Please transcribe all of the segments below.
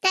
大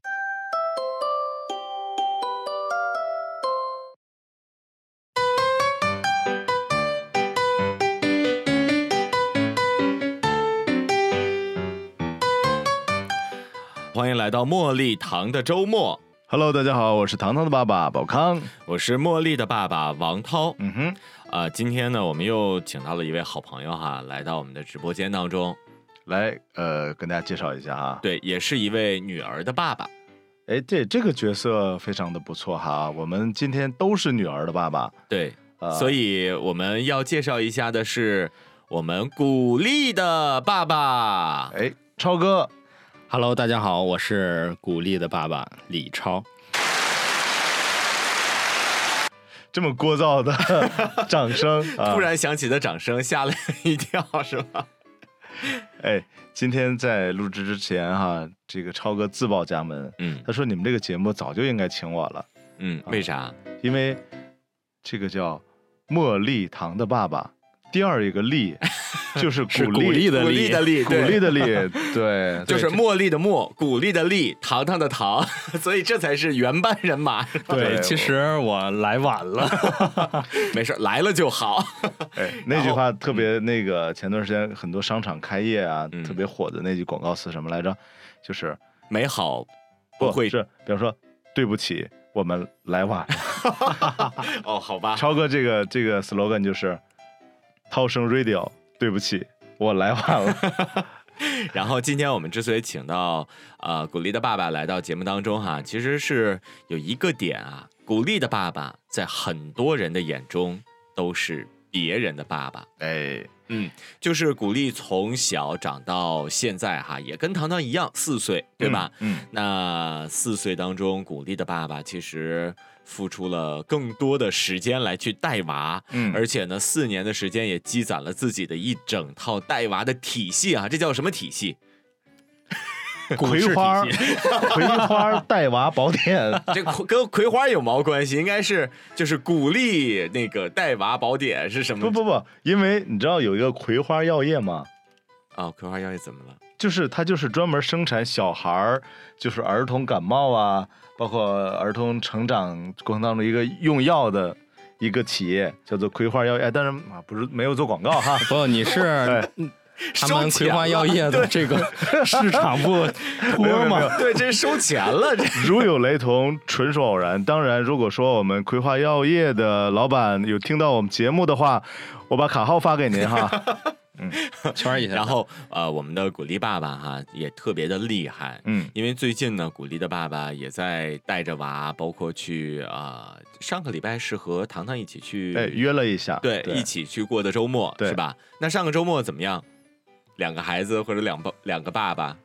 欢迎来到茉莉堂的周末， Hello，大家好，我是糖糖的爸爸宝康。我是茉莉的爸爸王涛。嗯哼，啊、今天呢，我们又请到了一位好朋友哈，来到我们的直播间当中。来，呃，跟大家介绍一下哈。对，也是一位女儿的爸爸。对，哎，这这个角色非常的不错哈。我们今天都是女儿的爸爸，对，呃、所以我们要介绍一下的是我们古丽的爸爸。哎，超哥， Hello，大家好，我是古丽的爸爸李超。这么聒噪 的掌声，啊突，然响起的掌声吓了一跳，是吧？哎，今天在录制之前哈，这个超哥自报家门，嗯他说你们这个节目早就应该请我了，嗯，为啥？因为这个叫茉莉糖的爸爸，第二一个莉 就是是鼓鼓励的古丽丽的丽，鼓对励的励， 对，就是茉莉的茉，鼓励的励，糖糖的糖，所以这才是原班人马。对其实我来晚了， 没事儿，来了就好。哎，那句哦话特别那个，前段时间很多商场开业啊，嗯特别火的那句广告词什么来着？就是美好不会是，比方说对不起，我们来晚了。哦，好 吧，超哥这个这个 slogan 就是涛声 radio，对不起，我来晚 了。然后今天我们之所以请到呃古力的爸爸来到节目当中哈，其实是有一个点啊，古力的爸爸在很多人的眼中都是别人的爸爸。哎，嗯，就是古力从小长到现在哈，也跟糖糖一样四岁，对吧？嗯？那四岁当中，古力的爸爸其实付出了更多的时间来去带娃，嗯嗯，而且呢，四年的时间也积攒了自己的一整套带娃的体系啊，这叫什么体系？股葵市花儿体系。葵花带娃宝典， 这葵跟葵花有毛关系？应该是就是鼓励那个带娃宝典是什么？不不不，因为你知道有一个葵花药业吗？啊、葵花药业怎么了？就是它就是专门生产小孩儿，就是儿童感冒啊，包括儿童成长过程当中一个用药的一个企业，叫做葵花药业。哎但是啊，不是没有做广告 哈不，哎你是他收们钱葵花了药业的这个市场部啊 没有托没有没有吗？对，这是收钱了，这如有雷同，纯属偶然。当然，如果说我们葵花药业的老板有听到我们节目的话，我把卡号发给 您哈。圈 儿一下。然后呃，我们的古力爸爸哈、也特别的厉害，嗯，因为最近呢，古力的爸爸也在带着娃，包括去啊、呃上个礼拜是和糖糖一起去，哎，约了一下，对一起去过的周末对是吧？那上个周末怎么样？两个孩子或者两爸两个爸爸，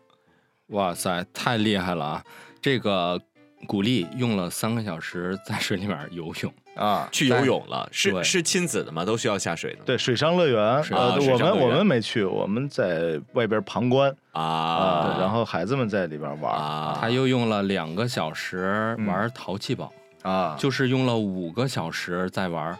哇塞，太厉害了啊！这个古丽用了三个小时在水里面游泳，啊。去游泳了，是对是亲子的吗？都需要下水的吗？对水上乐园，水呃，啊水我上们乐我园们没去，我们在外边旁观啊啊，，然后孩子们在里边玩儿啊，他又用了两个小时嗯玩淘气堡，啊，就是用了五个小时在玩。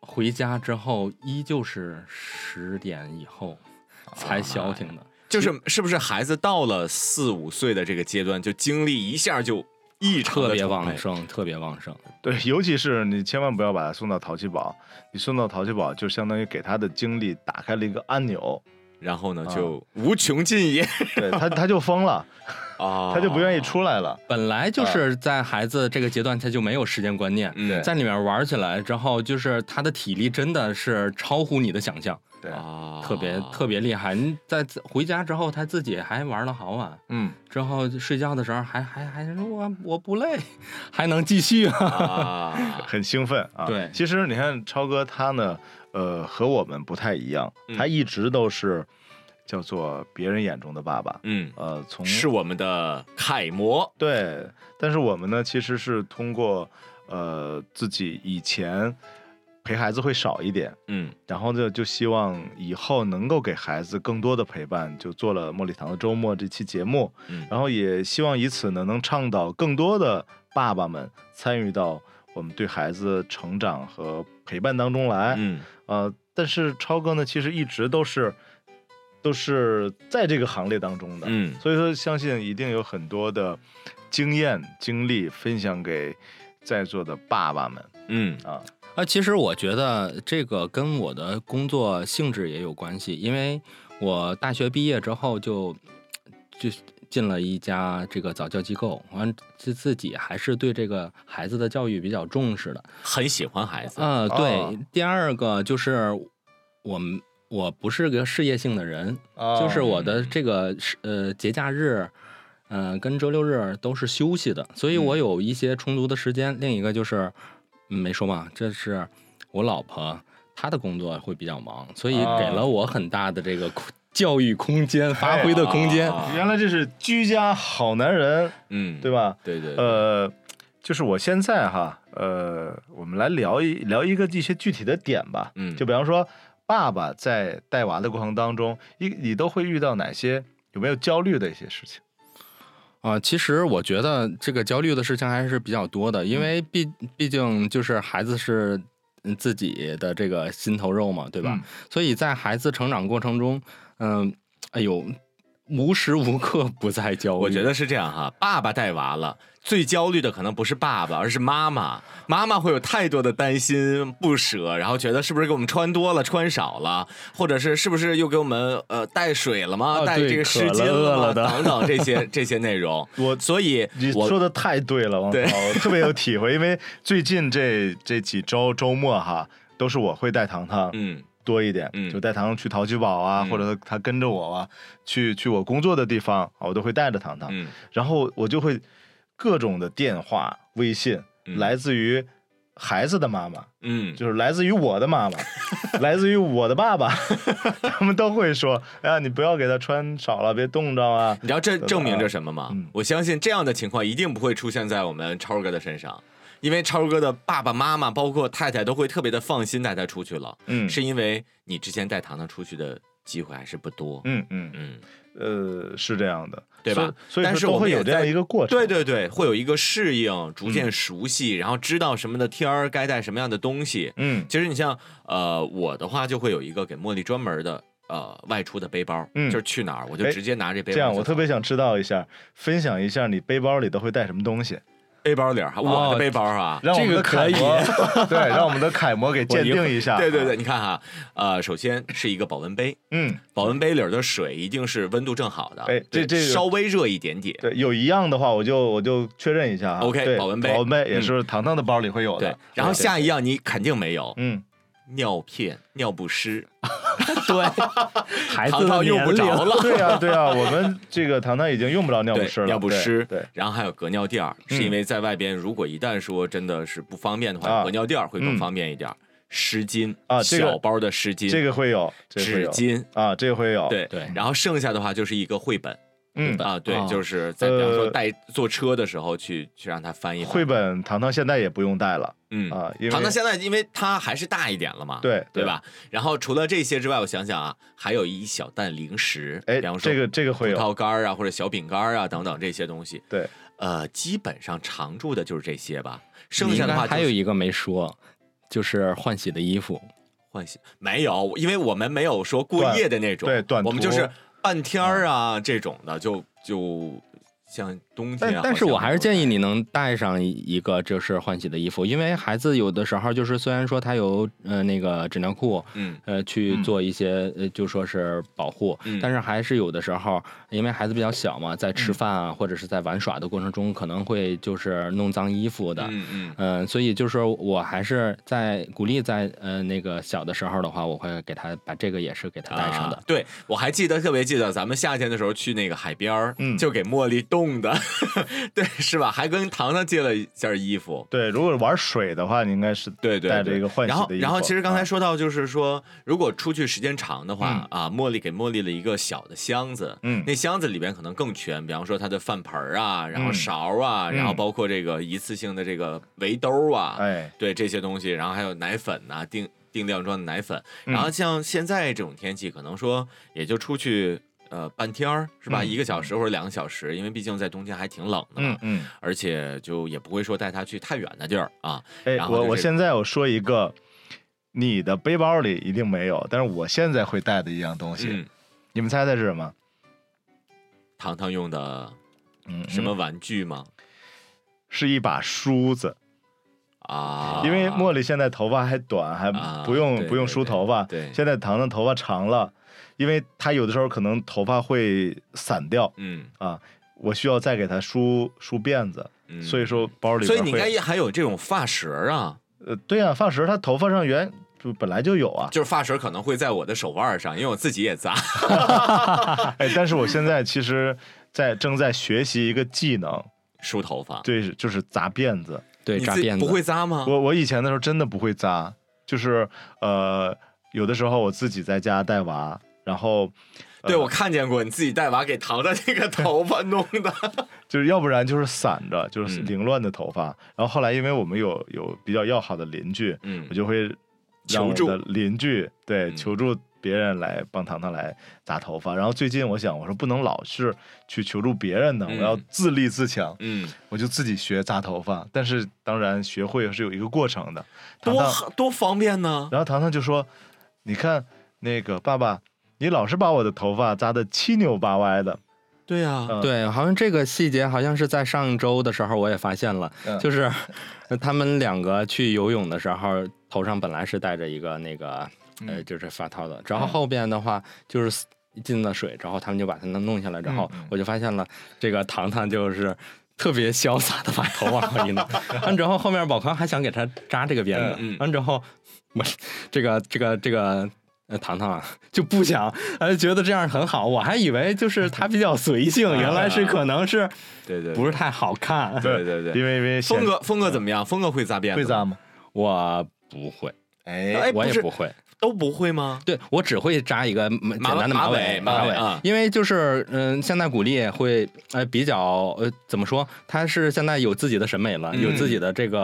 回家之后依旧是十点以后啊才消停哎的。就是是不是孩子到了四五岁的这个阶段，就精力一下就异常特地别充旺沛盛，特别旺盛。对，尤其是你千万不要把他送到淘气堡，你送到淘气堡就相当于给他的精力打开了一个按钮，然后呢啊就无穷尽也对 他他就疯了，啊 他就不愿意出来了。本来啊就是在孩子这个阶段，他就没有时间观念，嗯对在里面玩起来之后，就是他的体力真的是超乎你的想象，对，啊，特别特别厉害。你在自回家之后，他自己还玩了好晚， 嗯，之后睡觉的时候还还还说我我不累，还能继续啊。啊，很兴奋啊。对其实你看超哥他呢，呃，和我们不太一样，嗯他一直都是叫做别人眼中的爸爸，嗯，呃，从是我们的楷模，对，但是我们呢，其实是通过呃自己以前陪孩子会少一点，嗯然后呢，就希望以后能够给孩子更多的陪伴，就做了茉莉堂的周末这期节目，嗯，然后也希望以此呢，能倡导更多的爸爸们参与到我们对孩子成长和陪伴当中来。嗯呃，但是超哥呢，其实一直都是都是在这个行列当中的，嗯所以说相信一定有很多的经验经历分享给在座的爸爸们嗯啊。啊，其实我觉得这个跟我的工作性质也有关系，因为我大学毕业之后就就进了一家这个早教机构，完自自己还是对这个孩子的教育比较重视的。很喜欢孩子，啊，对。哦第二个就是我们我不是个事业性的人，啊就是我的这个是呃节假日，嗯、跟周六日都是休息的，所以我嗯有一些充足的时间。另一个就是嗯没说嘛，这是我老婆她的工作会比较忙，所以哦给了我很大的这个空教育空间、发挥的空间。啊原来这是居家好男人，嗯，对吧？吧？对对，对，呃，就是我现在哈，呃，我们来聊一聊一个一些具体的点吧。嗯就比方说，爸爸在带娃的过程当中，一你都会遇到哪些？有没有焦虑的一些事情？啊，其实我觉得这个焦虑的事情还是比较多的，因为毕毕竟就是孩子是嗯自己的这个心头肉嘛，对吧？嗯所以在孩子成长过程中，嗯、哎呦，无时无刻不在焦虑。 我觉得是这样哈，爸爸带娃了，最焦虑的可能不是爸爸，而是妈妈。妈妈会有太多的担心、不舍，然后觉得是不是给我们穿多了、穿少了，或者是是不是又给我们呃带水了吗？啊带对这个渴湿了巾饿吗？了的等等这些这些内容。我所 以你我说的太对了，王涛，对我特别有体会。因为最近这这几周周末哈，都是我会带糖糖嗯多一点，嗯就带糖糖去淘气堡啊，嗯或者他跟着我啊，去去我工作的地方啊，我都会带着糖糖。嗯然后我就会各种的电话、微信，嗯来自于孩子的妈妈，嗯就是来自于我 的妈妈，来自于我的爸 爸，他们都会说：“哎呀，你不要给他穿少了，别冻着啊。你知道这对吧证明这什么吗？嗯我相信这样的情况一定不会出现在我们超哥的身上，因为超哥的爸爸妈妈包括太太都会特别的放心带他出去了，”嗯，是因为你之前带糖糖出去的机会还是不多。嗯嗯，嗯，呃，是这样的，对吧所以但所以是说我都们会也有这样在一个过程。对对对，会有一个适应，逐渐熟悉，然后知道什么的天儿该带什么样的东西。嗯其实你像呃我的话，就会有一个给茉莉专门的呃外出的背包，嗯就是去哪儿我就哎直接拿这背包就走。这样我特别想知道一下，分享一下你背包里都会带什么东西，背包里儿，我的背包啊，让我们的这个楷可以模对，让我们的楷模给鉴定一下。啊对对对，你看哈，呃，首先是一个保温杯，嗯，保温杯里儿的水一定是温度正好的，哎这对这个稍微热一点点。对，有一样的话，我就我就确认一下啊。 OK，对保温杯保温杯也嗯是糖糖的包里会有的。对，然后对下一样你肯定没有嗯，尿片、尿不 湿，对，孩子糖的糖用不年龄着 了。对呀对呀，啊我们 这个糖糖已经用不着尿不对，湿了，尿不对湿，对， 然后还有隔尿垫儿，嗯是因为在外边，如果一旦说真的是不方便的话，啊有隔尿垫儿会更嗯方便一点儿。湿巾啊这个小包的湿巾，这个会有，这个会纸有巾，啊，这个会有，，对对然后剩下的话就是一个绘本嗯，啊，对，哦就是在比方说呃带坐车的时候去去让他翻一翻绘，本糖糖现在也不用带了嗯啊，因为糖糖现在因为他还是大一点了嘛，对对？吧？然后除了这些之外，我想想啊，还有一小袋零食，哎比方，说这个这个葡会有，萄干儿啊或者小饼干儿啊等等这些东西，对，呃，基本上常驻的就是这些吧，你剩应下的该话、就是、还有一个没说，就是换洗的衣服。换洗没有，因为我们没有说过夜的那种，对短途我们就是半天儿啊、这种的，就就像冬啊天好但像，但是我还是建议你能带上一个就是换洗的衣服，因为孩子有的时候就是虽然说他有呃那个纸尿裤，嗯呃去嗯做一些呃就说是保护，嗯但是还是有的时候，因为孩子比较小嘛，在吃饭啊、或者是在玩耍的过程中，可能会就是弄脏衣服的。嗯嗯嗯，所以就是说我还是在鼓励在呃那个小的时候的话，我会给他把这个也是给他带上的啊啊。对，我还记得特别记得咱们夏天的时候去那个海边儿，嗯就给茉莉冻重的， 对，是吧？还跟糖糖借了一件衣服。对，如果玩水的话，你应该是对对对带着一个换洗然后的，衣服。然后其实刚才啊说到，就是说，如果出去时间长的话、啊，茉莉给茉莉了一个小的箱子，嗯那箱子里边可能更全，比方说她的饭盆儿啊，然后嗯勺啊，然后嗯包括这个一次性的这个围兜啊，哎，对这些东西，然后还有奶粉呐、定定量装的奶粉。嗯然后像现在这种天气，可能说也就出去呃半天儿是吧，嗯一个小时或者两个小时，因为毕竟在冬天还挺冷的嘛嗯，嗯，而且就也不会说带他去太远的地儿啊。哎然，后我就我是现在我说一个，你的背包里一定没有，但是我现在会带的一样东西，嗯，你们猜猜是什么？糖糖用的嗯，什么嗯？玩具吗？是一把梳子，啊，因为茉莉现在头发还短，还啊不用对不用对梳对头发。对现在糖糖头发长了，因为她有的时候可能头发会散掉嗯啊，我需要再给她梳梳辫子，嗯，所以说包里所以边你应会该也还有这种发绳儿啊，呃，对呀、发绳儿它头发上原就本来就有啊，就是发绳儿可能会在我的手腕儿上，因为我自己也扎。 哎，但是我现在其实在正在学习一个技能，梳头发，对，就是扎辫子。对，你扎自己辫子不会扎吗？我我以前的时候真的不会扎，就是呃，有的时候我自己在家带娃，然后对，我看见过你自己带娃给糖的那个头发弄的，就是要不然就是散着，就是嗯凌乱的头发。然后后来因为我们有有比较要好的邻居，嗯我就会让求我助的邻居对嗯求助别人来帮糖糖来扎头发。然后最近我想，我说不能老是去求助别人呢，嗯我要自立自强，嗯，我就自己学扎头发。但是当然学会是有一个过程的，糖多糖好多方便呢。然后糖糖就说：“你看那个爸爸，你老是把我的头发扎的七扭八歪的。对呀、嗯对，好像这个细节好像是在上周的时候我也发现了，嗯就是呃他们两个去游泳的时候，头上本来是戴着一个那个呃嗯就是发套的，然后后边的话就是进了水之后，他们就把它弄弄下来之后嗯嗯，我就发现了这个糖糖就是。特别潇洒的把头往后一 弄，完之后后面宝康还想给他扎这个辫子嗯嗯，完之后我这个这个这个呃糖糖啊就不想，呃觉得这样很好，我还以为就是他比较随性，原来是可能是对对不是太好看，对对对因为因为显峰哥，峰哥怎么样？峰哥会扎辫子？会扎？吗？我不会，哎，我不也是不会。都不会吗？对我只会扎一个嗯简单的马尾，尾马马尾啊因为就是嗯、现在古力也会呃比较呃怎么说，他是现在有自己的审美了，嗯有自己的这个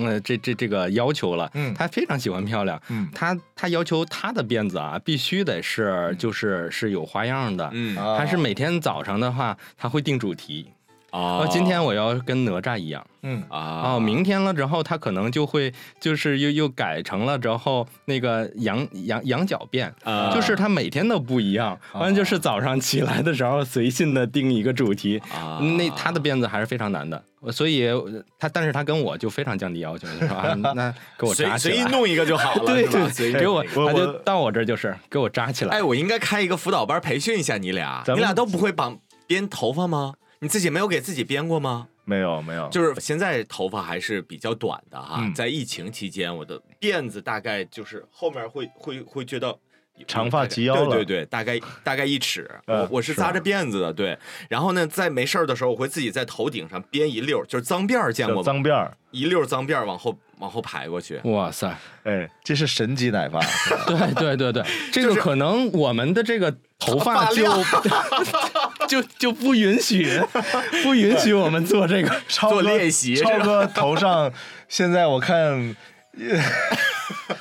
呃这这这个要求了，嗯他非常喜欢漂亮，嗯他他要求他的辫子啊必须得是就是是有花样的，嗯啊他是每天早上的话他会定主题，哦哦，今天我要跟哪吒一样。嗯啊哦，明天了之后，他可能就会就是又又改成了之后那个羊羊羊角辫，啊就是他每天都不一样。哦完了就是早上起来的时候随性的定一个主题，啊，那他的辫子还是非常难的。所以呃他但是他跟我就非常降低要求，就说 啊，那给我扎随随起意 来。弄一个就好了，对是吧对随意给弄我，一个 我他就我到我这儿就是给我扎起来哎，。我应该开一个辅导班培训一下你俩，咱你们俩都不会绑编头发吗？你自己没有给自己编过吗？没有没有，就是现在头发还是比较短的哈，哦嗯在疫情期间，我的辫子大概就是后面会会会觉得长发及腰了对对对，大概大概一尺，嗯我我是是扎着辫子的，对。然后呢，在没事儿的时候，我会自己在头顶上编一溜儿，就是脏辫儿，见叫过吗？脏辫儿。一溜儿脏辫儿往后往后排过去。哇塞！哎，这是神级奶爸，对对对对，这个可能我们的这个头发就 就就不允许，不允许我们 做这个。超做哥练习是超吧哥头上现在我看。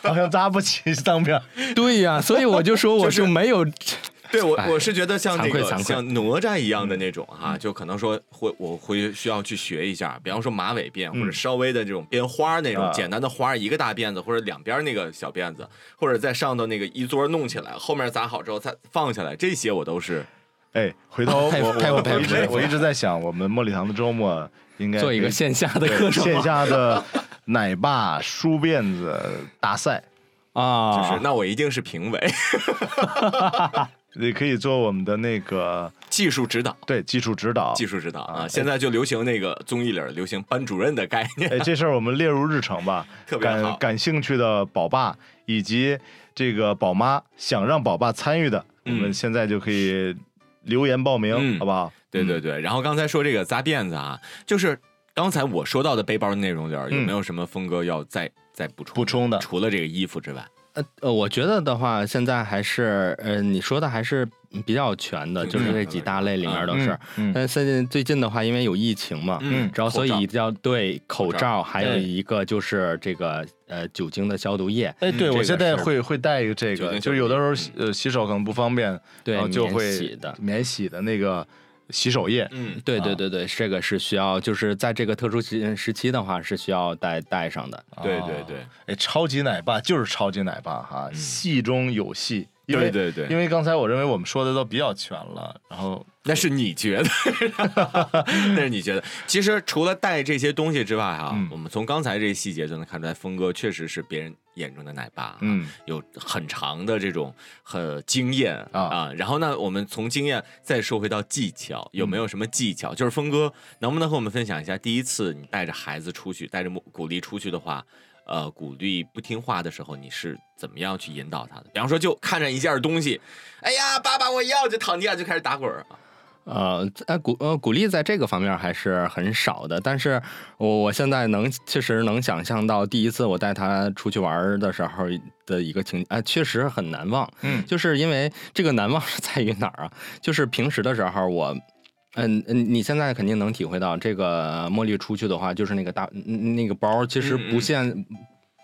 好像扎不起脏辫儿，对呀、所以我就说我就是就没有， 对我哎我是觉得像那惭愧个惭愧像哪吒一样的那种哈，就可能说会我会需要去学一下，比方说马尾辫或者嗯稍微的这种编花儿那种啊简单的花儿，一个大辫子或者两边那个小辫子，或者在上头那个一撮弄起来，后面扎好之后再放下来，这些我都是哎，回头佩服我佩服我佩服我一佩直服我一直在想，我们茉莉堂的周末应该做一个可以线下的课程哎线下的奶爸梳辫子大赛，就啊，是那我一定是评委也可以做我们的那个技术指导。对技术指导。技术指导啊，哎现在就流行那个综艺里儿流行班主任的概念，。哎，这事儿我们列入日程吧 特别好感感兴趣的宝爸以及这个宝妈想让宝爸参与的，我嗯们现在就可以留言报名，嗯好不好？对对对。然后刚才说这个扎辫子啊，就是刚才我说到的背包内容里儿，有嗯没有什么峰哥要再再补充补充的除了这个衣服之外，啊呃呃，我觉得的话，现在还是呃，你说的还是比较全的，嗯就是这几大类里面都是。嗯，嗯但最近呃最近的话，因为有疫情嘛，嗯然后所口以罩要对口罩罩，还有对一个就是这个呃酒精的消毒液，哎，嗯对，这我个现在是会会带一个这酒个，精就是消有毒的时候液洗呃洗手可能不方便，对然后，就免会洗的。免洗的那个洗手液。嗯，对啊对对对，这个是需要，就是在这个特殊时时期的话，是需要带带上的。对啊对对，嗯哎，超级奶爸就是超级奶爸哈，戏中有戏。因为对对对因为刚才我认为我们说的都比较全了，然后那是你觉得，那是你觉得。其实除了带这些东西之外啊，嗯我们从刚才这细节就能看出来，峰哥确实是别人眼中的奶爸，啊嗯，有很长的这种很经验啊然后呢，我们从经验再说回到技巧，有没有什么技巧？就是峰哥能不能和我们分享一下，第一次你带着孩子出去，带着鼓励出去的话，呃，鼓励不听话的时候，你是怎么样去引导他的？比方说，就看着一件东西，哎呀，爸爸我要，就躺地下就开始打滚儿。啊呃，呃鼓呃鼓励在这个方面还是很少的，但是我我现在能确实能想象到第一次我带他出去玩儿的时候的一个情，啊、确实很难忘。嗯就是因为这个难忘是在于哪儿啊？就是平时的时候我。嗯嗯，你现在肯定能体会到，这个茉莉出去的话，就是那个大嗯那个包，其实嗯嗯不限、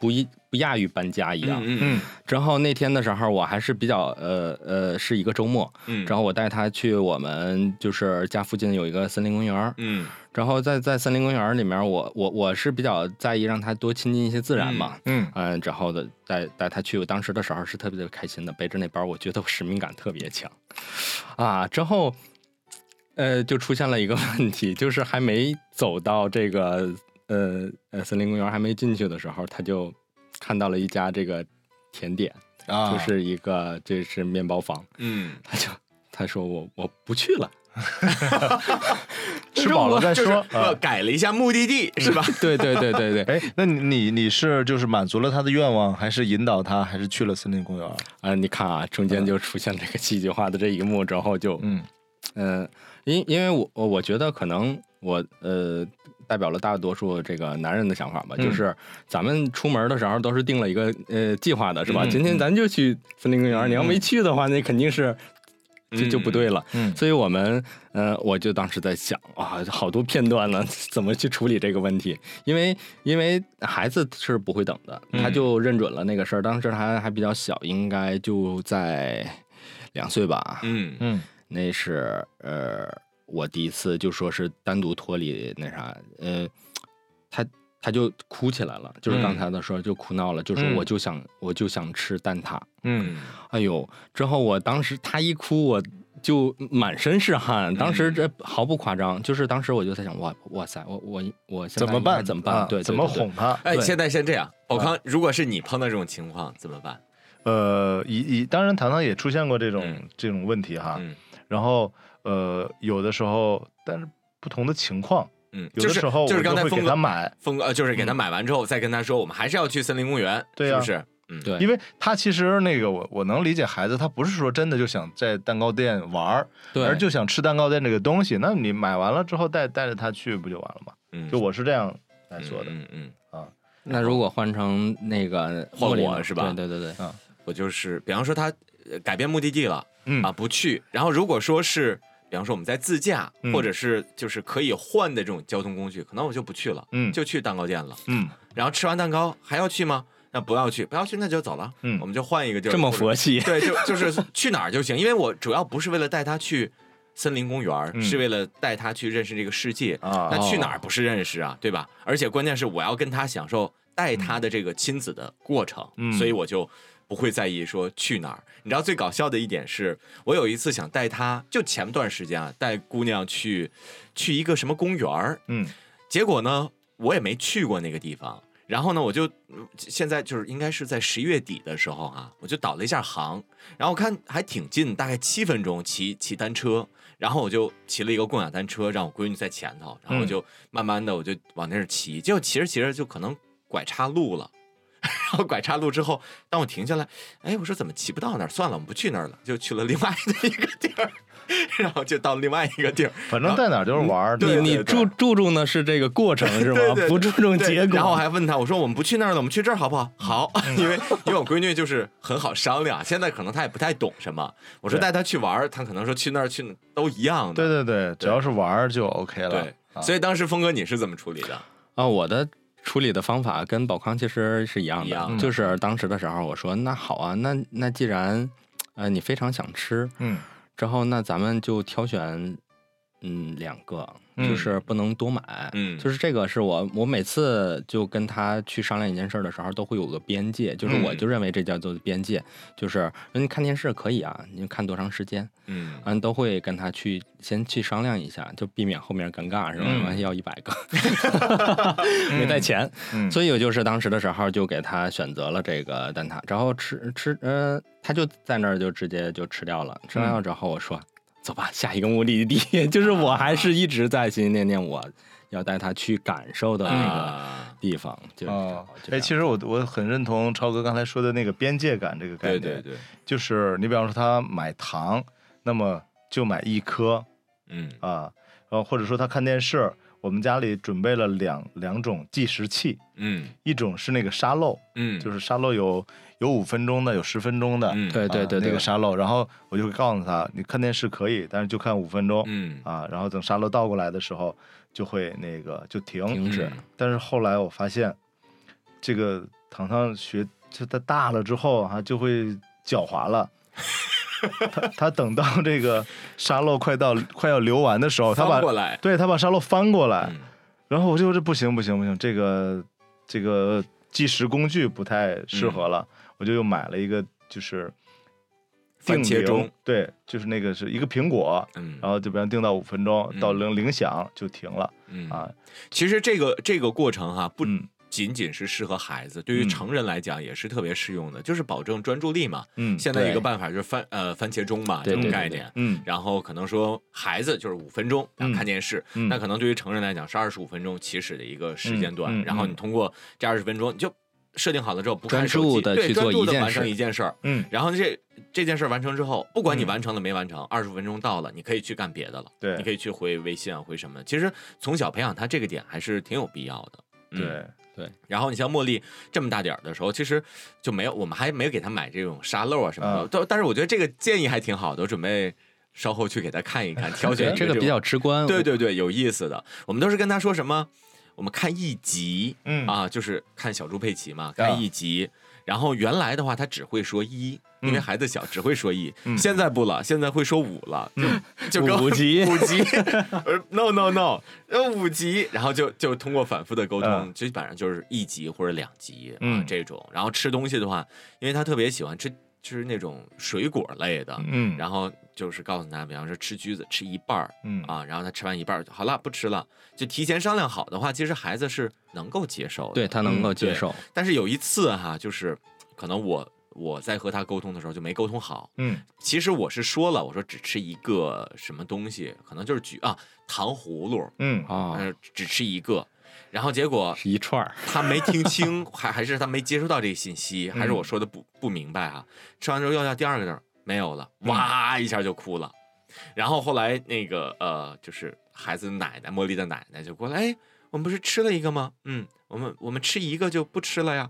不一不亚于搬家一样。嗯嗯然后那天的时候，我还是比较呃呃，是一个周末，嗯然后后我带他去我们就是家附近有一个森林公园儿，嗯然后在在森林公园儿里面儿，我我我是比较在意让他多亲近一些自然嘛。嗯，嗯，然后的带带他去，我当时的时候是特别的开心的，背着那包，我觉得我使命感特别强，啊，之后，呃，就出现了一个问题，就是还没走到这个呃呃森林公园，还没进去的时候，他就看到了一家这个甜点，啊，就是一个这是面包房，嗯，他就他说我我不去了，吃饱了再就是说。啊呃改了一下目的地是吧？ 对对对对 对，哎，那你你你是就是满足了他的愿望，还是引导他，还是去了森林公园？啊、你看啊，中间就出现这个戏剧化的这一幕之后就，嗯嗯，因因为我我我觉得可能我呃代表了大多数这个男人的想法吧，就嗯是咱们出门的时候都是定了一个呃计划的，是吧？嗯今天咱就去森林公园，你要没去的话，那肯定是。就就不对了，嗯所以我们，呃，我就当时在想啊，好多片段呢， 怎么去处理这个问题？因为因为孩子是不会等的，他嗯就认准了那个事儿。当时他还比较小，应该就在两岁吧，嗯嗯那是呃，我第一次就说是单独脱离那啥，呃，他他就哭起来了，就是刚嗯才的说就哭闹了，就说嗯我就想、我就想吃蛋挞，嗯嗯哎呦，之后我当时他一哭我。就满身是汗，当嗯时这毫不夸张，就是当时我就在想，哇哇塞，我我我现在怎么应该办？怎么办？啊对，对怎么？对对哄他？哎，对现在先这样，宝康，如果是你碰到这种情况怎么办？呃，以以当然，糖糖也出现过这种、嗯这种问题哈。嗯然后呃，有的时候，但是不同的情况，嗯，有的时候我就是刚才会峰给哥他买，峰哥呃就是给他买完之后，再跟他说，我们还是要去森林公园，对啊是呀不是？嗯，对因为他其实那个我我能理解孩子，他不是说真的就想在蛋糕店玩儿，对，而就想吃蛋糕店这个东西。那你买完了之后带带着他去不就完了吗？嗯，就我是这样来嗯说的。嗯嗯，那如果换成那个换茉莉我呢是吧对对对对，我就是，比方说他呃改变目的地了嗯啊，不去。然后如果说是，比方说我们在自驾，嗯或者是就是可以换的这种交通工具，可能我就不去了，嗯就去蛋糕店了。嗯然后吃完蛋糕还要去吗？那不要去，不要去，那就走了。嗯我们就换一个地儿。这么或者佛系，对，就就是 去哪儿就行，因为我主要不是为了带他去森林公园儿，嗯是为了带他去认识这个世界。 啊那去哪儿不是认识啊，对吧？而且关键是我要跟他享受带他的这个亲子的过程，嗯所以我就不会在意说去哪儿。你知道最搞笑的一点是，我有一次想带他，就前段时间啊，带姑娘去去一个什么公园儿，嗯结果呢，我也没去过那个地方。然后呢，我就嗯现在就是应该是在十一月底的时候啊，我就导了一下航，然后看还挺近，大概七分钟骑骑单车，然后我就骑了一个共享单车，让我闺女在前头，然后我就慢慢的我就往那儿骑，结果骑着骑着就可能拐岔路了，然 后拐岔路之后，当我停下来，哎，我说怎么骑不到那儿？算了，我们不去那儿了，就去了另外的一个地儿， 然后就到另外一个地儿，反正在哪儿就是玩儿。对你你注注重的是这个过程是吗？ 对对不注重对结果。然后我还问他，我说我们不去那儿了，我们去这儿好不好？嗯好， 因为因为我闺女就是很好商量，现在可能她也不太懂什么。我说对带她去玩儿，她可能说去那儿去哪儿都一样对的。对对，只要是玩儿就 OK 了。啊所以当时峰哥你是怎么处理的？啊，我的处理的方法跟宝康其实是一样的，一样嗯就是当时的时候我说那好啊，那那既然呃你非常想吃，嗯之后那咱们就挑选嗯两个，嗯就是不能多买，嗯就是这个是我我每次就跟他去商量一件事儿的时候都会有个边界，就是我嗯就认为这叫做边界，就是你看电视可以啊，你看多长时间，嗯，嗯，都会跟他去先去商量一下，就避免后面尴尬，是吧？嗯万一要一百个， 没带钱，嗯，所以我就是当时的时候就给他选择了这个蛋挞，然后吃吃，呃，他就在那儿就直接就吃掉了。吃完了之后，我说、走吧，下一个目的地，就是我还是一直在心心念念我要带他去感受嗯的那个啊，地方，就是这样啊，就这哎，样其实我我很认同超哥刚才说的那个边界感这个概对念，对对，就是你比方说他买糖，那么就买一颗嗯啊，然后或者说他看电视，我们家里准备了两两种计时器，嗯一种是那个沙漏，嗯，就是是沙漏有有五分钟的，有十分钟的，嗯对对啊对对，那个沙漏，然后我就会告诉他，你看电视可以，但是就看五分钟、嗯啊，然后等沙漏倒过来的时候就会那个就停，停止嗯但是后来我发现，这个糖糖学就他大了之后啊，就会狡 猾了。他他等到这个沙漏快到快要流完的时哦候，他把翻过来，对他把沙漏翻过来，嗯然后我就这不行不行不行，这个这个计时工具不太适合了，我就又买了一个就是嗯番茄定铃钟，对，就是那个是一个苹果，嗯然后就比方定到五分钟，嗯到铃铃响就停了嗯啊，其实这个这个过程哈、不嗯仅仅是适合孩子，对于嗯成人来讲也是特别适用的，就是保证专注力嘛。嗯现在一个对办法就是番呃番茄钟嘛，对这种对概对念。嗯 然后可能说孩子就是五分钟，然后嗯看电视，嗯那可能对于成人来讲是二十五分钟起始的一个时间段。嗯嗯然后你嗯通过这二十分钟，你就设定好了之后不看专手注机，地对，去专做注一地件完成事一件事儿。嗯然后这这件事儿完成之后，不管你嗯完成了没完成，二十五分钟到了，你可以去干别的了。对你可以去回微信啊，回什么的。其实从小培养他这个点还是挺有必要的。嗯对然后你像茉莉这么大点儿的时候，其实就没有，我们还没有给她买这种沙漏啊什么的。嗯但、但是我觉得这个建议还挺好的，我准备稍后去给她看一看，挑选一对 这个种比较直观，对对对有意思的。我们都是跟她说什么？我们看一集、嗯啊，就是看小猪佩奇啊嘛，看一集。然后原来的话，她只会说一，因为嗯孩子小，只会说一。嗯现在不了，现在会说五了，就就跟 我嗯五级五 级，呃，no no no，呃五级，然后就就通过反复的沟通，嗯基本上就是一级或者两级啊嗯这种。然后吃东西的话，因为他特别喜欢吃吃那种水果类的，嗯然后就是告诉他，比方说吃橘子吃一半儿嗯啊，然后他吃完一半儿就好了，不吃了，就提前商量好的话，其实孩子是能够接受的。对他能够嗯对接受，但是有一次哈，就是可能我我在和他沟通的时候就没沟通好，嗯其实我是说了，我说只吃一个什么东西，可能就是橘啊糖葫芦，嗯啊，呃，只吃一个，然后结果是一串儿，他没听清， 还还是他没接收到这个信息，还是我说的不不明白啊？吃完之后要要第二个字儿没有了，哇一下就哭了。然后后来那个呃，就是孩子的奶奶，茉莉的奶奶就过来，哎，我们不是吃了一个吗？嗯，我们我们吃一个就不吃了呀。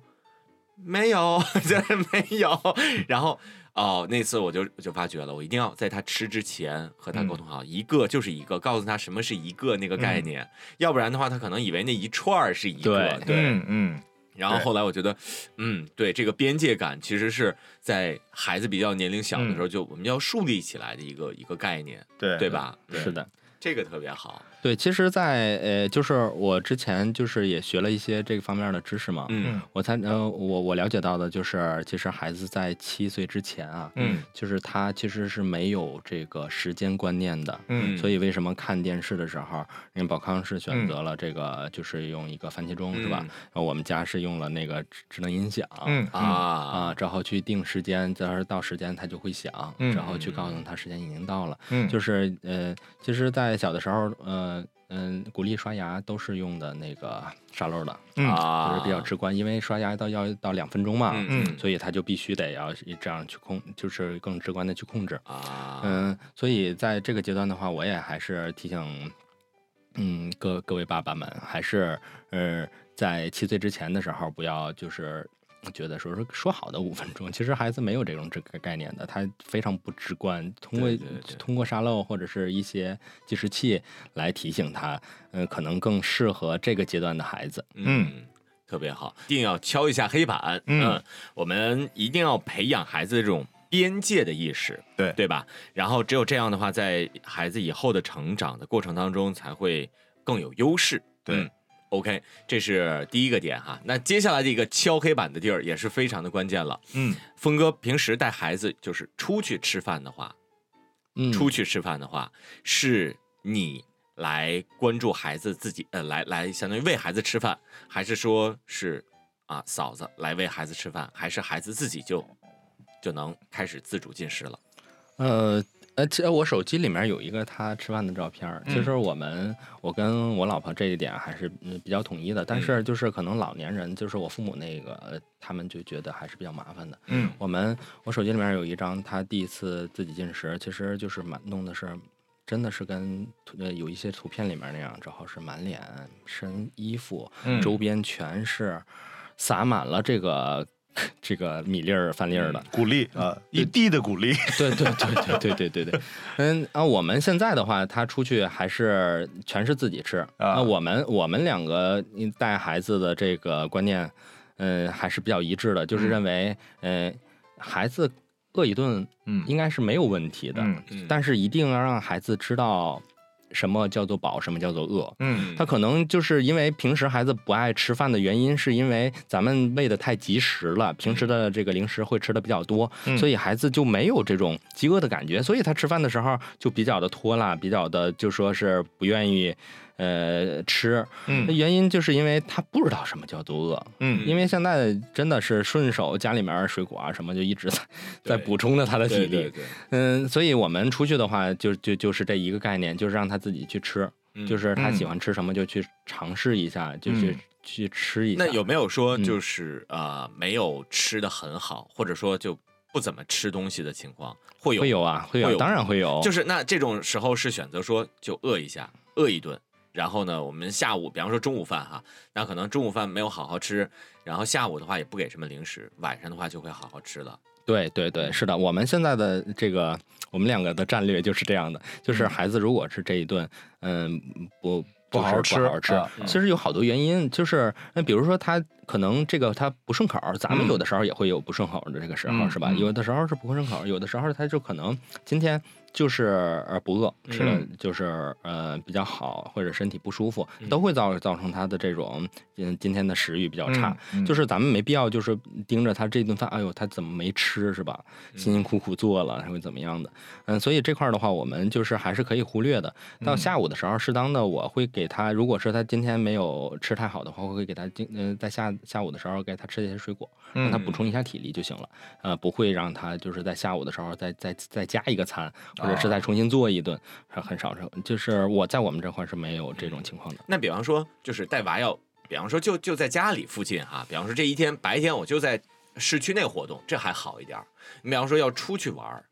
没有， 就是没有。然后哦，那次我就就发觉了，我一定要在他吃之前和他沟通好，一个就是一个，告诉他什么是一个那个概嗯念，要不然的话，他可能以为那一串儿是一个。对嗯嗯然后对后来我觉得，嗯，对这个边界感其实是在孩子比较年龄小的时候，就我们要树立起来的一个一个概念，对对？吧？是的。这个特别好。对，其实在，呃，就是我之前就是也学了一些这个方面的知识嘛，嗯我才呃，我我了解到的就是，其实孩子在七岁之前啊，嗯就是他其实是没有这个时间观念的，嗯所以为什么看电视的时候，人宝康是选择了这个，就是用一个番茄钟、是吧嗯？然后我们家是用了那个智智能音响，嗯啊啊，啊，然后去定时间，到时候到时间它就会响，嗯然后去告诉他时间已经到了。嗯就是呃，其实，在小的时候，呃嗯，鼓励刷牙都是用的那个沙漏的，嗯啊，就是比较直观，因为刷牙到要到两分钟嘛，嗯嗯所以他就必须得要这样去控，就是更直观的去控制。啊，嗯，所以在这个阶段的话，我也还是提醒，嗯，各各位爸爸们，还是呃，在七岁之前的时候，不要就是觉得说说说好的五分钟，其实孩子没有这种这个概念的，他非常不直观。通过对对对通过沙漏或者是一些计时器来提醒他，嗯、可能更适合这个阶段的孩子。嗯嗯，特别好，一定要敲一下黑板。嗯我们一定要培养孩子这种边界的意识，对对吧？然后只有这样的话，在孩子以后的成长的过程当中，才会更有优势。对嗯 OK，这是第一个点哈。那接下来的一个敲黑板的地儿也是非常的关键了。嗯峰哥平时带孩子就是出去吃饭的话，嗯，出去吃饭的话，是你来关注孩子自己，呃，来来相当于喂孩子吃饭，还是说是啊嫂子来喂孩子吃饭，还是孩子自己就就能开始自主进食了？呃呃，其实我手机里面有一个他吃饭的照片儿。其嗯实我们、我跟我老婆这一点还是嗯比较统一的，但是就是可能老年人，就是我父母那个，呃他们就觉得还是比较麻烦的。嗯我们我手机里面有一张他第一次自己进食，其实就是满弄的是。真的是跟图呃有一些图片里面那样，正好是满脸身衣服，嗯周边全是撒满了这个 这个米粒儿饭粒儿的，鼓励啊，一地的鼓 励，对对对对对对对对， 嗯啊，我们现在的话，他出去还是全是自己吃。啊那我们我们两个嗯带孩子的这个观念，嗯，还是比较一致的，就是认为，嗯，孩子饿一顿嗯应该是没有问题的，嗯嗯但是一定要让孩子知道什么叫做饱，什么叫做饿。嗯他可能就是因为平时孩子不爱吃饭的原因，是因为咱们喂的太及时了，平时的这个零食会吃的比较多，嗯所以孩子就没有这种饥饿的感觉，所以他吃饭的时候就比较的拖拉，比较的就说是不愿意呃吃。那嗯原因就是因为他不知道什么叫做饿，嗯因为现在真的是顺手家里面水果啊什么就一直在对在补充着他的体力。对对对，嗯，所以我们出去的话，就就就是这一个概念，就是让他自己去吃，嗯就是他喜嗯欢吃什么就去尝试一下，就嗯去去吃一下。那有没有说嗯就是啊、呃没有吃的很好，或者说就不怎么吃东西的情况会有？会有啊，会会有有，当然会有。就是那这种时候是选择说就饿一下，饿一顿，然后呢，我们下午，比方说中午饭哈，那可能中午饭没有好好吃，然后下午的话也不给什么零食，晚上的话就会好好吃了。对对对，是的，我们现在的这个我们两个的战略就是这样的，就是孩子如果是这一顿，嗯，不。嗯不好好就是不好好吃吃啊其实有好多原因，就是那比如说他可能这个他不顺口儿，咱们嗯有的时候也会有不顺口儿的这个时候，嗯是吧？嗯有的时候是不顺口儿，有的时候他就可能今天就是呃不饿，吃的嗯就是呃比较好，或者身体不舒服，都会造造成他的这种嗯今天的食欲比较差。嗯嗯就是咱们没必要就是盯着他这顿饭，哎呦，他怎么没吃是吧？辛辛苦苦做了，他会怎么样的？嗯，所以这块儿的话，我们就是还是可以忽略的。到下午的时候，适当的我会给他，如果说他今天没有吃太好的话，我会给他今嗯、在下下午的时候给他吃一些水果，让他嗯补充一下体力就行了。呃，不会让他就是在下午的时候再再再加一个餐，或者是再重新做一顿，是很少这，就是我在我们这块儿是没有这种情况的。那比方说就是带娃要，比方说就就在家里附近哈、比方说这一天白天我就在市区内活动，这还好一点儿。你比方说要出去玩儿。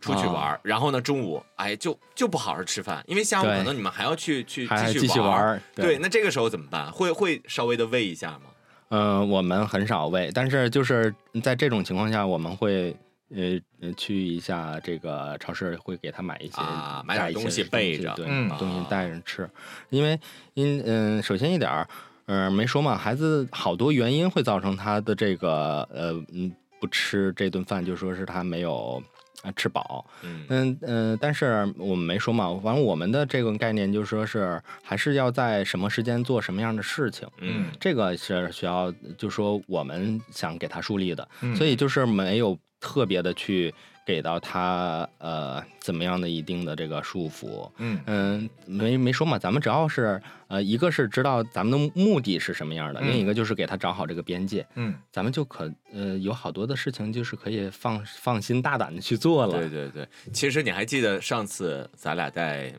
出去玩儿，然后呢，中午哎，就就不好好吃饭，因为下午对可能你们还要去去还继续续玩玩儿。儿，对，那这个时候怎么办？会会稍微的喂一下吗？嗯，我们很少喂，但是就是在这种情况下，我们会呃呃去一下这个超市，会给他买一些啊买带点一些东西备着对，嗯东啊西带着吃，因为因嗯，首先一点儿，嗯，没说嘛，孩子好多原因会造成他的这个呃嗯不吃这顿饭，就说是他没有。啊，吃饱，嗯嗯嗯、呃但是我们没说嘛，反正我们的这个概念就是说是还是要在什么时间做什么样的事情，嗯这个是需要，就说我们想给他树立的，嗯所以就是没有特别的去给到他呃怎么样的一定的这个束缚。嗯嗯，没没说嘛，咱们只要是呃，一个是知道咱们的目的是什么样的，嗯另一个就是给他找好这个边界，嗯咱们就可呃有好多的事情就是可以放放心大胆的去做了。对对对，其实你还记得上次咱俩带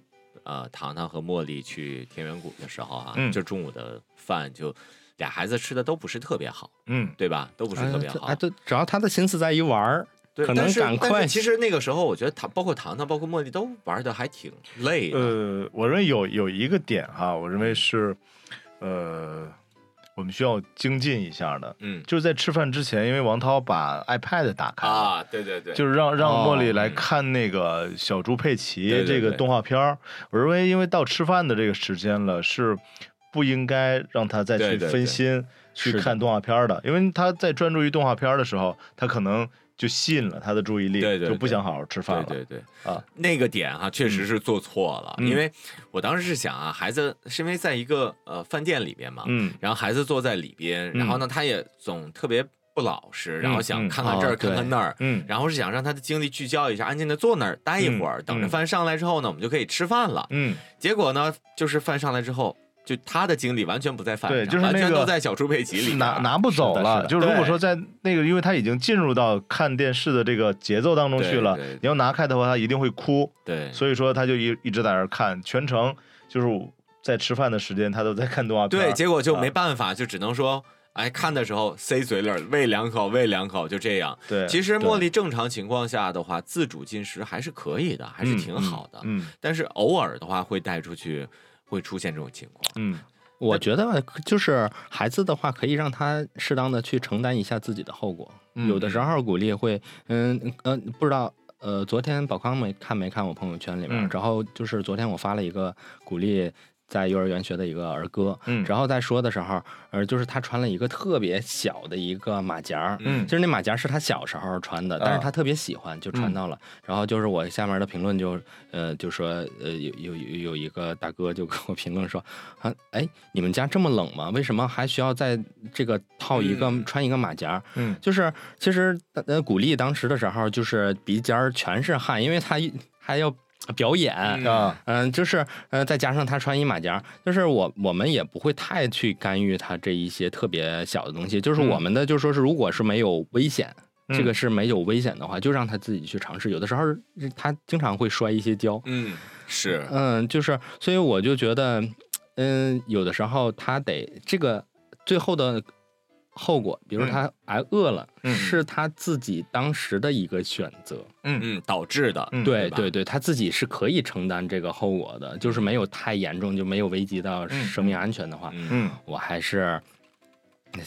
呃糖糖和茉莉去天元谷的时候啊，嗯就中午的饭就俩孩子吃的都不是特别好，嗯，对吧？都不是特别好。啊，对，只要他的心思在于玩儿，哎对，可但能是赶但快是其实那个时候，我觉得糖，包括糖糖，包括茉莉，都玩的还挺累的。呃，我认为有有一个点哈，我认为是，呃，我们需要精进一下的，嗯就是在吃饭之前，因为王涛把 iPad 打开了，啊，对对对，就是让让茉莉哦来嗯看那个小猪佩奇对对这个对动画片儿。我认为，因为到吃饭的这个时间了，是不应该让他再对去对对分心去是的看动画片儿的，因为他在专注于动画片儿的时候，他可能就吸引了他的注意力，对对就不对想好好吃饭了。对对对，啊，那个点哈、确实是做错了，嗯因为我当时是想啊，孩子是因为在一个呃饭店里边嘛，嗯，然后孩子坐在里边，然后呢，他也总特别不老实，然后想看看这儿，哦看看那儿。嗯然后是想让他的精力聚焦一下，安静的坐那儿待一会儿，嗯等着饭上来之后呢，我们就可以吃饭了。嗯， 结果呢，就是饭上来之后，就他的精力完全不在饭上，对就是那个完全都在小猪佩奇里边拿拿不走是的了。是的就如果对说在那个，因为他已经进入到看电视的这个节奏当中对去了对对，你要拿开的话，他一定会哭。对，所以说他就一一直在那儿看，全程就是在吃饭的时间，他都在看动画片儿。对，结果就没办法，就只能说，哎，看的时候塞嘴里儿喂两口，喂两口，就这样。对，其实对茉莉正常情况下的话，自主进食还是可以的，还是嗯挺嗯好的。嗯但是偶尔的话会带出去，会出现这种情况。嗯，我觉得就是孩子的话，可以让他适当的去承担一下自己的后果。嗯有的时候鼓励会，嗯呃，不知道呃，昨天宝康没看没看我朋友圈里面，嗯然后就是昨天我发了一个鼓励在幼儿园学的一个儿歌，嗯然后在说的时候，呃，就是他穿了一个特别小的一个马甲儿，嗯其实那马甲是他小时候穿的，但啊嗯是他特别喜欢，就穿到了。然后就是我下面的评论就，呃，就说，呃，有有有有一个大哥就给我评论说，啊，哎，你们家这么冷吗？为什么还需要在这个套一个、嗯穿一个马甲？嗯就是其实呃，古力当时的时候就是鼻尖儿全是汗，因为他一还要表演。嗯啊，嗯，就是呃，再加上他穿一马甲，就是我我们也不会太去干预他这一些特别小的东西，就是嗯我们的就说是如果是没有危险。这嗯个是没有危险的话，就让他自己去尝试。有的时候是他经常会摔一些跤，嗯，是，嗯，就是，所以我就觉得，嗯，有的时候他得这个最后的后果，比如嗯他挨饿了，嗯是他自己当时的一个选择。嗯嗯，导致的。嗯对吧对对，他自己是可以承担这个后果的，就是没有太严重，就没有危及到嗯生命安全的话，嗯，嗯我还是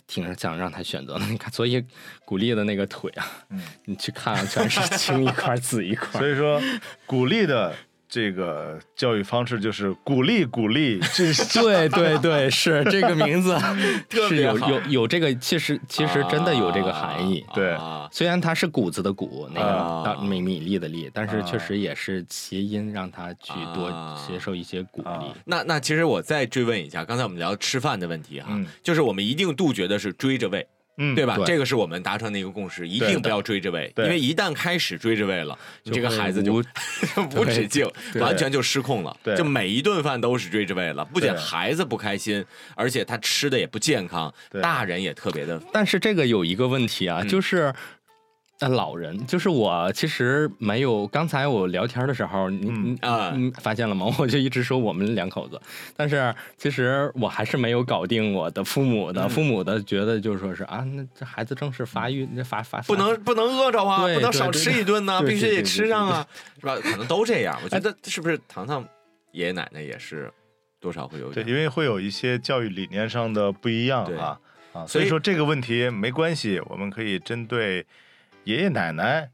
挺想让他选择的。你看，所以鼓励的那个腿啊，嗯，你去看啊，全是青一块儿紫一块所儿。以说鼓励的这个教育方式就是鼓励鼓励，这 是对对对，是这个名字 特是别有好有有这个，其实其实真的有这个含义。啊对啊虽然它是谷子的谷，那啊个大米米粒的粒，但是确啊实也是谐音，让他去多啊接受一些鼓励啊。那那其实我再追问一下，刚才我们聊吃饭的问题哈，嗯就是我们一定杜绝的是追着喂，嗯对吧？对这个是我们达成的一个共识，一定不要追着喂，因对为一旦开始追着喂了，你就这个会孩子就 无无止境，对完全就失控了。对就每一顿饭都是追着喂了，不仅对孩子不开心，而且他吃的也不健康，对大人也特别的但是这个有一个问题啊，嗯就是。呃，老人就是我，其实没有。刚才我聊天的时候，你嗯你啊你发现了吗？ 我就一直说我们两口子，但是其实我还是没有搞定我的父母嗯的。父母的觉得就说是啊，那这孩子正是发育，那发发不。能不能饿着啊，哎对不能对少对吃一顿呢、对必须对得对对哎吃上啊，是吧？可能都这样。我觉得是不是糖糖爷爷奶奶也是多少会有一对，点因为会有一些教育理念上的不一样对啊啊，所所以以说这个问题没关系，我们可以针对爷爷 奶奶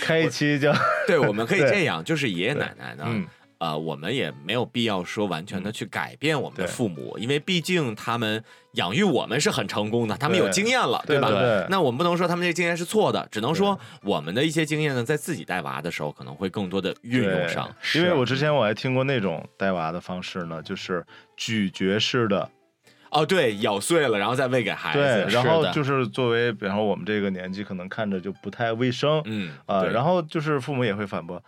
开一期叫对，我们可以对这样，就是爷爷奶奶呢，嗯呃，我们也没有必要说完全的去改变我们的对父母，因为毕竟他们养育我们是很成功的，他们有对经验了，对吧？对对那我们不能说他们这经验是错的，只能说我们的一些经验呢，在自己带娃的时候可能会更多的运用对上。啊因为我之前我还听过那种带娃的方式呢，就是咀嚼式的，哦，对，咬碎了然后再喂给孩对，子，然是后的就是作为，比方说我们这个年纪，可能看着就不太卫生嗯啊、对然后就是父母也会反驳，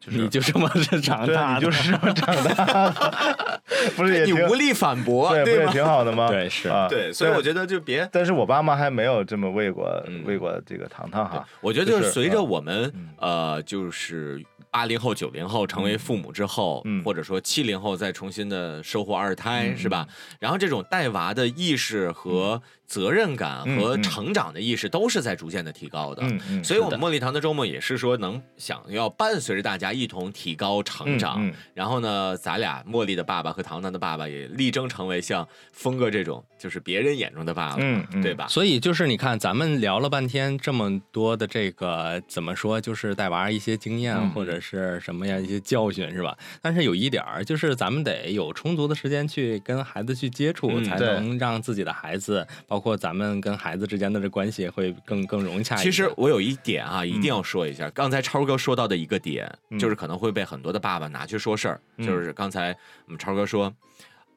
就是你就这么 着长对啊，你大的，就是这么长大的， 不是也你挺无力反驳，对，吧不也？挺好的吗？对是啊，对，所以我得，觉得就别但是我爸妈还没有这么喂过嗯喂过这个糖糖哈，啊我觉得就就是是随着我们嗯呃，就是八零后、九零后成为父母之后，嗯或者说七零后再重新的收获二胎，嗯是吧？然后这种带娃的意识和责任感嗯和嗯成长的意识都是在逐渐的提高的。嗯嗯，所以，我们茉莉堂的周末也是说，能想要伴随着大家一同提高成长，嗯嗯然后呢，咱俩茉莉的爸爸和糖糖的爸爸也力争成为像峰哥这种，就是别人眼中的爸爸，嗯嗯对吧？所以就是你看，咱们聊了半天这么多的这个怎么说，就是带娃儿一些经验、嗯或者是什么样一些教训是吧？但是有一点儿，就是咱们得有充足的时间去跟孩子去接触，嗯才对能让自己的孩子，包括咱们跟孩子之间的这关系会更更融洽一其点。实我有一点啊，一定要说一下，刚才超哥说到的一个点，嗯就是可能会被很多的爸爸拿去说事儿，嗯就是刚才我们超哥说。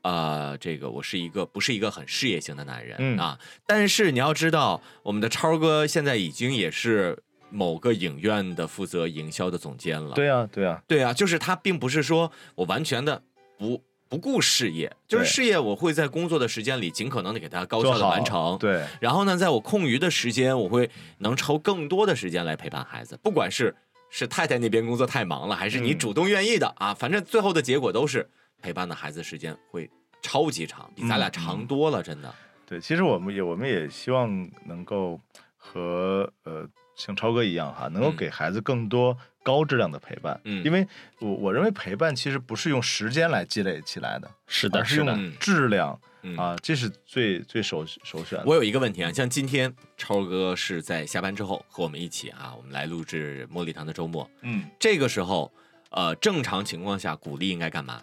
呃，这个我是一个不是一个很事业型的男人、嗯啊，但是你要知道，我们的超哥现在已经也是某个影院的负责营销的总监了。对呀对呀，对啊，就是他并不是说我完全的不不顾事业，就是对事业我会在工作的时间里尽可能的给它高效做的好完成。对，然后呢，在我空余的时间，我会能抽更多的时间来陪伴孩子，不管是是太太那边工作太忙了，还是你嗯主动愿意的、啊，反正最后的结果都是陪伴的孩子时间会超级长，比咱俩嗯长多了，真的。对，其实我们也我们也希望能够和呃像超哥一样哈，能够嗯给孩子更多高质量的陪伴。嗯因为我我认为陪伴其实不是用时间来积累起来的，是而的，啊是是的，嗯用质量嗯啊，这是最最首首选的。我有一个问题啊，像今天超哥是在下班之后和我们一起啊，我们来录制《茉莉堂的周末》。嗯，这个时候，呃，正常情况下，鼓励应该干嘛？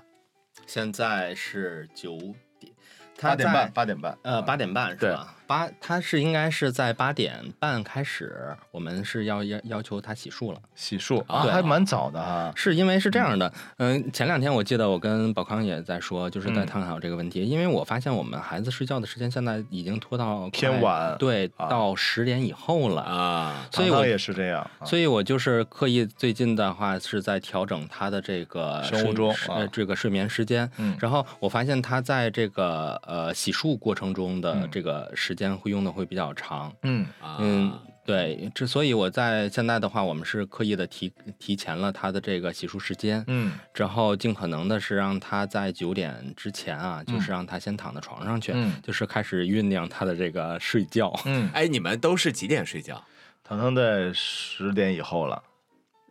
现在是九点，八点半，八点半，啊呃，八点半是对吧？八，他是应该是在八点半开始，我们是要要要求他洗漱了。洗漱啊，对还蛮早的哈。是因为是这样的，嗯、前两天我记得我跟宝康也在说，就是在嗯探讨这个问题，因为我发现我们孩子睡觉的时间现在已经拖到快偏晚对，啊到十点以后了。啊，所以糖我糖也是这样啊，所以我就是刻意最近的话是在调整他的这个生物睡钟呃啊这个睡眠时间，嗯然后我发现他在这个呃洗漱过程中的嗯这个时间会用的会比较长，嗯啊，嗯，对，之所以我在现在的话，我们是刻意的提提前了他的这个洗漱时间，嗯之后尽可能的是让他在九点之前啊，就嗯是让他先躺在床上去，嗯就是开始酝酿他的这个 睡觉。嗯，哎，你们都是几点睡觉？糖糖在十点以后 了。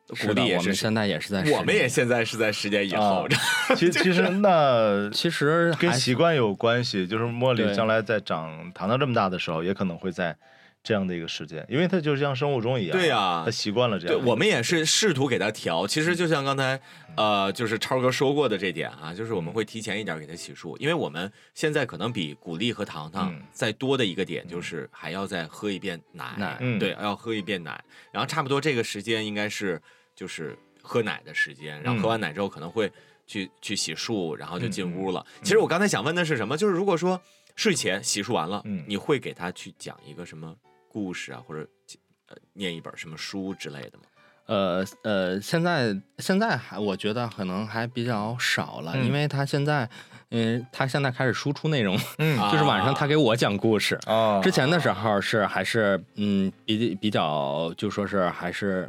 鼓是的，励也我是们现在也是在，我们也。现在是在十点以后啊。其其实那其 实跟还习惯有关系，就是茉莉对将来在长糖糖这么大的时候，也可能会在这样的一个时间，因为它就像生物钟一样，对呀、它习惯了这对，样。我们也是试图给他调。其嗯实就像刚才，呃，就是超哥说过的这点啊，就是我们会提前一点给他洗漱，因为我们现在可能比古力和糖糖嗯再多的一个点就是还要再喝一遍奶，奶嗯对，要喝一遍奶。然后差不多这个时间应该是就是喝奶的时间，然后喝嗯完奶之后可能会去去洗漱，然后就进屋了。嗯其实我刚才想问的是什么，就是如果说睡前洗漱完了，嗯你会给他去讲一个什么故事啊，或者？呃念一本什么书之类的吗？呃呃，现在现在还我觉得可能还比较少了，嗯因为他现在，嗯、他现在开始输出内容，嗯啊就是晚上他给我讲故事。啊，之前的时候是还是嗯比比较就说是还是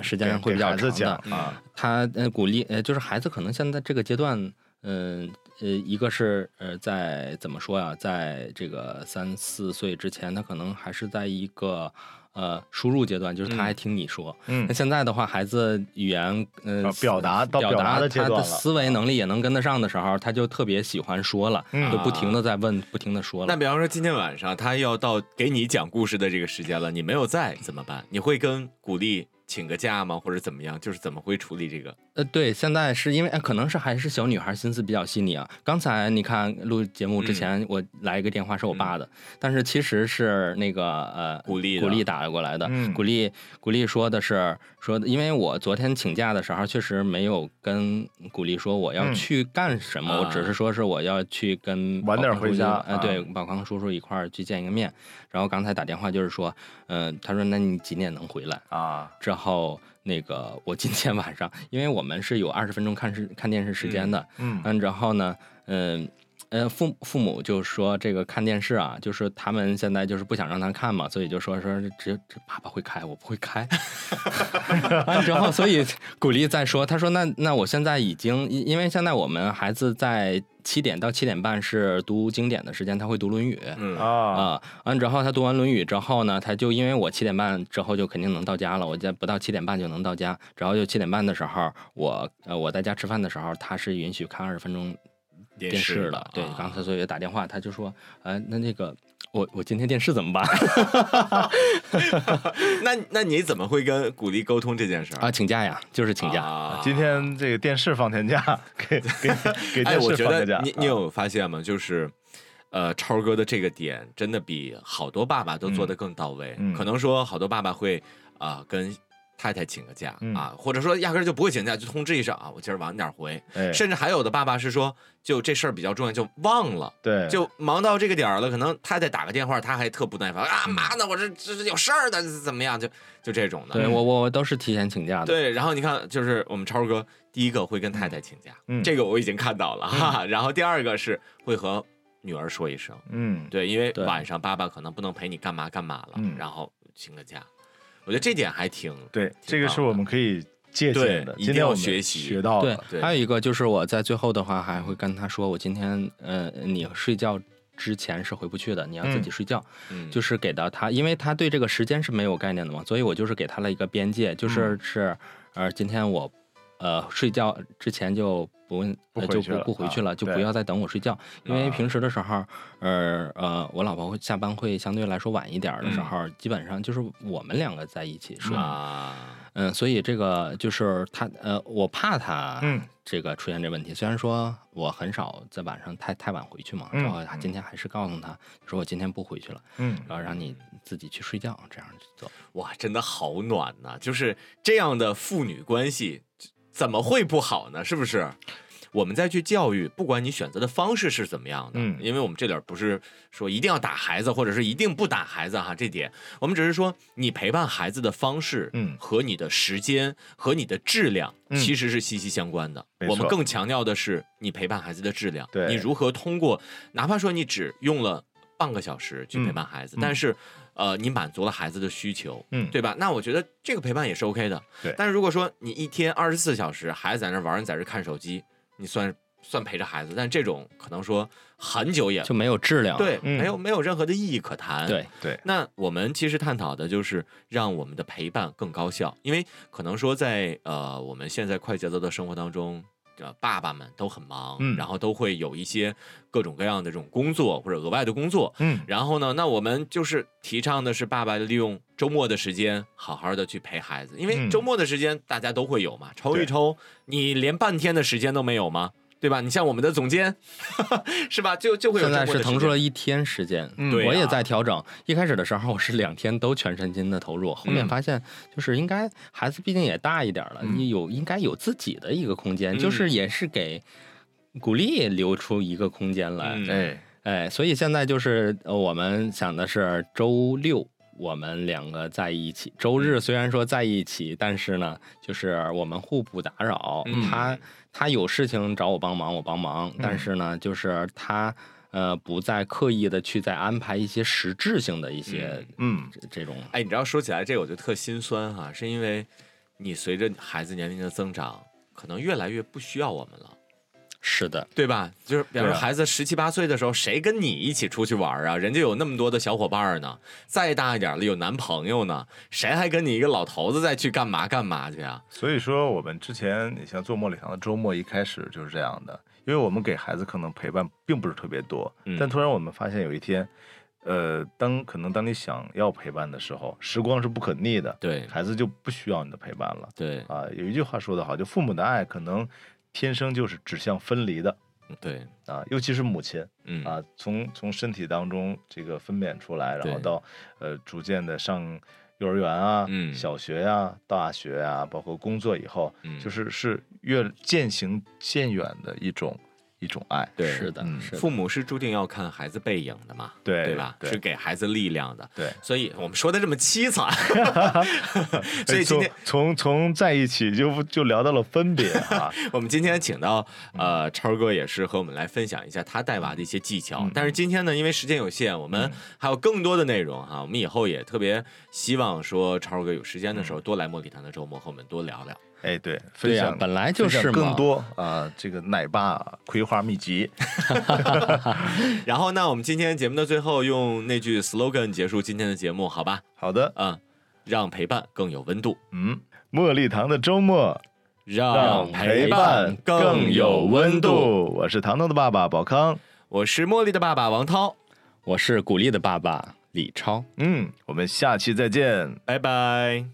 时间上会比较给孩长子讲的，啊，他呃鼓励呃就是孩子可能现在这个阶段，嗯呃一个是呃在怎么说呀、在这个三四岁之前，他可能还是在一个呃输入阶段，就是他还听你说。嗯那现在的话，孩子语言呃 啊表达到表表达的阶他段了的思维能力也能跟得上的时候，他就特别喜欢说了，嗯就不停的在问，不停的说那了。比方说今天晚上他要到给你讲故事的这个时间了，你没有在怎么办？你会跟鼓励请个假吗？或者怎么样？就是怎么会处理这个？呃，对，现在是因为、呃可能是还是小女孩心思比较细腻啊。刚才你看录节目嗯之前，我来一个电话是我爸的，但是其实是那个呃鼓励的鼓励打过来的。嗯鼓励鼓励说的是说的，因为我昨天请假的时候确实没有跟鼓励说我要嗯去干什么，啊我只是说是我要去跟晚点宝康回叔叔家呃，啊对，宝康叔叔一块儿去见一个面。然后刚才打电话就是说，嗯、他说那你几点能回来？啊，之后那个我今天晚上，因为我们是有二十分钟看视看电视时间的，嗯嗯，然后呢，嗯、呃，父父母就说这个看电视啊，就是他们现在就是不想让他看嘛，所以就说说这这爸爸会开，我不会开。 完之后，所以鼓励再说，他说那那我现在已经，因因为现在我们孩子在七点到七点半是读经典的时间，他会读《论语》嗯啊，啊，完之后他读完《论语》之后呢，他就因为我七点半之后就肯定能到家了，我在不到七点半就能到家，然后就七点半的时候，我呃我在家吃饭的时候，他是允许看二十分钟电电视了了。对啊， 刚才所以打电话，他就说，呃，那那个我我今天电视怎么 办那那你怎么会跟古力沟通这件事儿啊？请假呀，就是请假。啊今天这个电视放天假， 给给给哎，电我视觉放天假啊得。嗯你你有发现吗？就是，呃，超哥的这个点真的比好多爸爸都做得更到位。嗯嗯可能说好多爸爸会啊、跟太太请个假、嗯啊，或者说压根儿就不会请假，就通知一声啊，我今儿晚点回。哎，甚至还有的爸爸是说，就这事儿比较重要，就忘了。对，就忙到这个点儿了，可能太太打个电话，他还特不耐烦啊，嗯妈的，我这这这有事儿的，怎么样？就就这种的。对我我我都是提前请假的。对，然后你看，就是我们超哥第一个会跟太太请假，嗯这个我已经看到了嗯哈哈。然后第二个是会和女儿说一声，嗯，对，因为对晚上爸爸可能不能陪你干嘛干嘛了，嗯然后请个假。我觉得这点还挺对，这挺个棒是我们可以借鉴的。对一今定天要我们学习学到对了，哦对还有一个就是我在最后的话还会跟他说，我今天呃你睡觉之前是回不去的，你要自己嗯睡觉。嗯，就是给到他，因为他对这个时间是没有概念的嘛，所以我就是给他了一个边界，嗯就是是，呃，今天我，呃，睡觉之前就不问，不呃回就去不了不回去啊了，就不对啊要再等我睡觉，因为平时的时候，呃呃，我老婆会下班会相对来说晚一点儿的时嗯候，基本上就是我们两个在一起睡，啊，嗯，所以这个就是他，呃，我怕他，嗯，这个出现这问题。虽然说我很少在晚上太太晚回去嘛，嗯然后他今天还是告诉他说我今天不回去了。嗯，然后让你自己去睡觉，这样去做。哇，真的好暖呐、就是这样的父女关系怎么会不好呢？是不是？我们再去教育，不管你选择的方式是怎么样的，嗯因为我们这里儿不是说一定要打孩子，或者是一定不打孩子哈，这点我们只是说你陪伴孩子的方式，嗯和你的时间和你的质量嗯其实是息息相关的。没我们错更强调的是你陪伴孩子的质量，对你如何通过，哪怕说你只用了半个小时去陪伴孩子，嗯但是呃，你满足了孩子的需求，嗯对吧？那我觉得这个陪伴也是 OK 的。对但是如果说你一天二十四小时孩子在那儿玩，你在这儿看手机，你算算陪着孩子，但这种可能说很久也就没有质量了。对，嗯没有没有任何的意义可谈。。对，对，那我们其实探讨的就是让我们的陪伴更高效，因为可能说在呃我们现在快节奏的生活当中，呃爸爸们都很忙，嗯然后都会有一些各种各样的这种工作或者额外的工作，嗯，然后呢，那我们就是提倡的是爸爸利用周末的时间，好好的去陪孩子，因为嗯周末的时间大家都会有嘛，抽一对抽，你连半天的时间都没有吗？对吧？你像我们的总监，是吧？就就会有现在周末是的时腾出间了一天时间。嗯对我啊也在调整。一开始的时候，我是两天都全身心的投入，后面嗯发现就是应该孩子毕竟也大一点了，嗯你有应该有自己的一个空间，嗯就是也是给鼓励留出一个空间来。嗯哎，哎，所以现在就是呃我们想的是周六我们两个在一起，周日虽然说在一起，但是呢，就是我们互不打扰。嗯他他有事情找我帮忙，我帮忙，但是呢，就是他呃不再刻意的去再安排一些实质性的一些嗯，这这种。哎，你知道说起来这个我就特心酸哈、是因为你随着孩子年龄的增长，可能越来越不需要我们了。是的，对吧？就是比方说对啊孩子十七八岁的时候，谁跟你一起出去玩啊？人家有那么多的小伙伴呢，再大一点了有男朋友呢，谁还跟你一个老头子再去干嘛干嘛去啊？所以说我们之前你像做莫里堂的周末一开始就是这样的，因为我们给孩子可能陪伴并不是特别多，嗯但突然我们发现有一天，呃，当可能当你想要陪伴的时候，时光是不可逆的，对孩子就不需要你的陪伴了对啊。有一句话说得好，就父母的爱可能天生就是指向分离的对，啊，尤其是母亲。嗯啊，从从身体当中这个分娩出来，然对后到呃逐渐的上幼儿园啊、嗯小学啊、大学啊，包括工作以后，嗯就是是越渐行渐远的一种一种爱。对，是的，嗯是的父母是注定要看孩子背影的嘛，对对吧？对是给孩子力量的。对，所以我们说的这么凄 惨，所以今从天从从在一起就就聊到了分别 啊，我们今天请到嗯呃超哥也是和我们来分享一下他带娃的一些技嗯巧。但是今天呢，因为时间有限，我们还有更多的内容哈、我们以后也特别希望说超哥有时间的嗯时候多来茉莉堂的周末和我们多聊聊。哎，对，分对啊呀、享本来就分享是嘛更多啊、这个奶爸葵花秘籍，然后呢，我们今天节目的最后用那句 slogan 结束今天的节目，好吧？好的，嗯，让陪伴更有温度，嗯，茉莉堂的周末让陪伴更有温。度，我是糖糖的爸爸宝康，我是茉莉的爸爸王涛，我是鼓励的爸爸李超。嗯，我们下期再见。拜拜。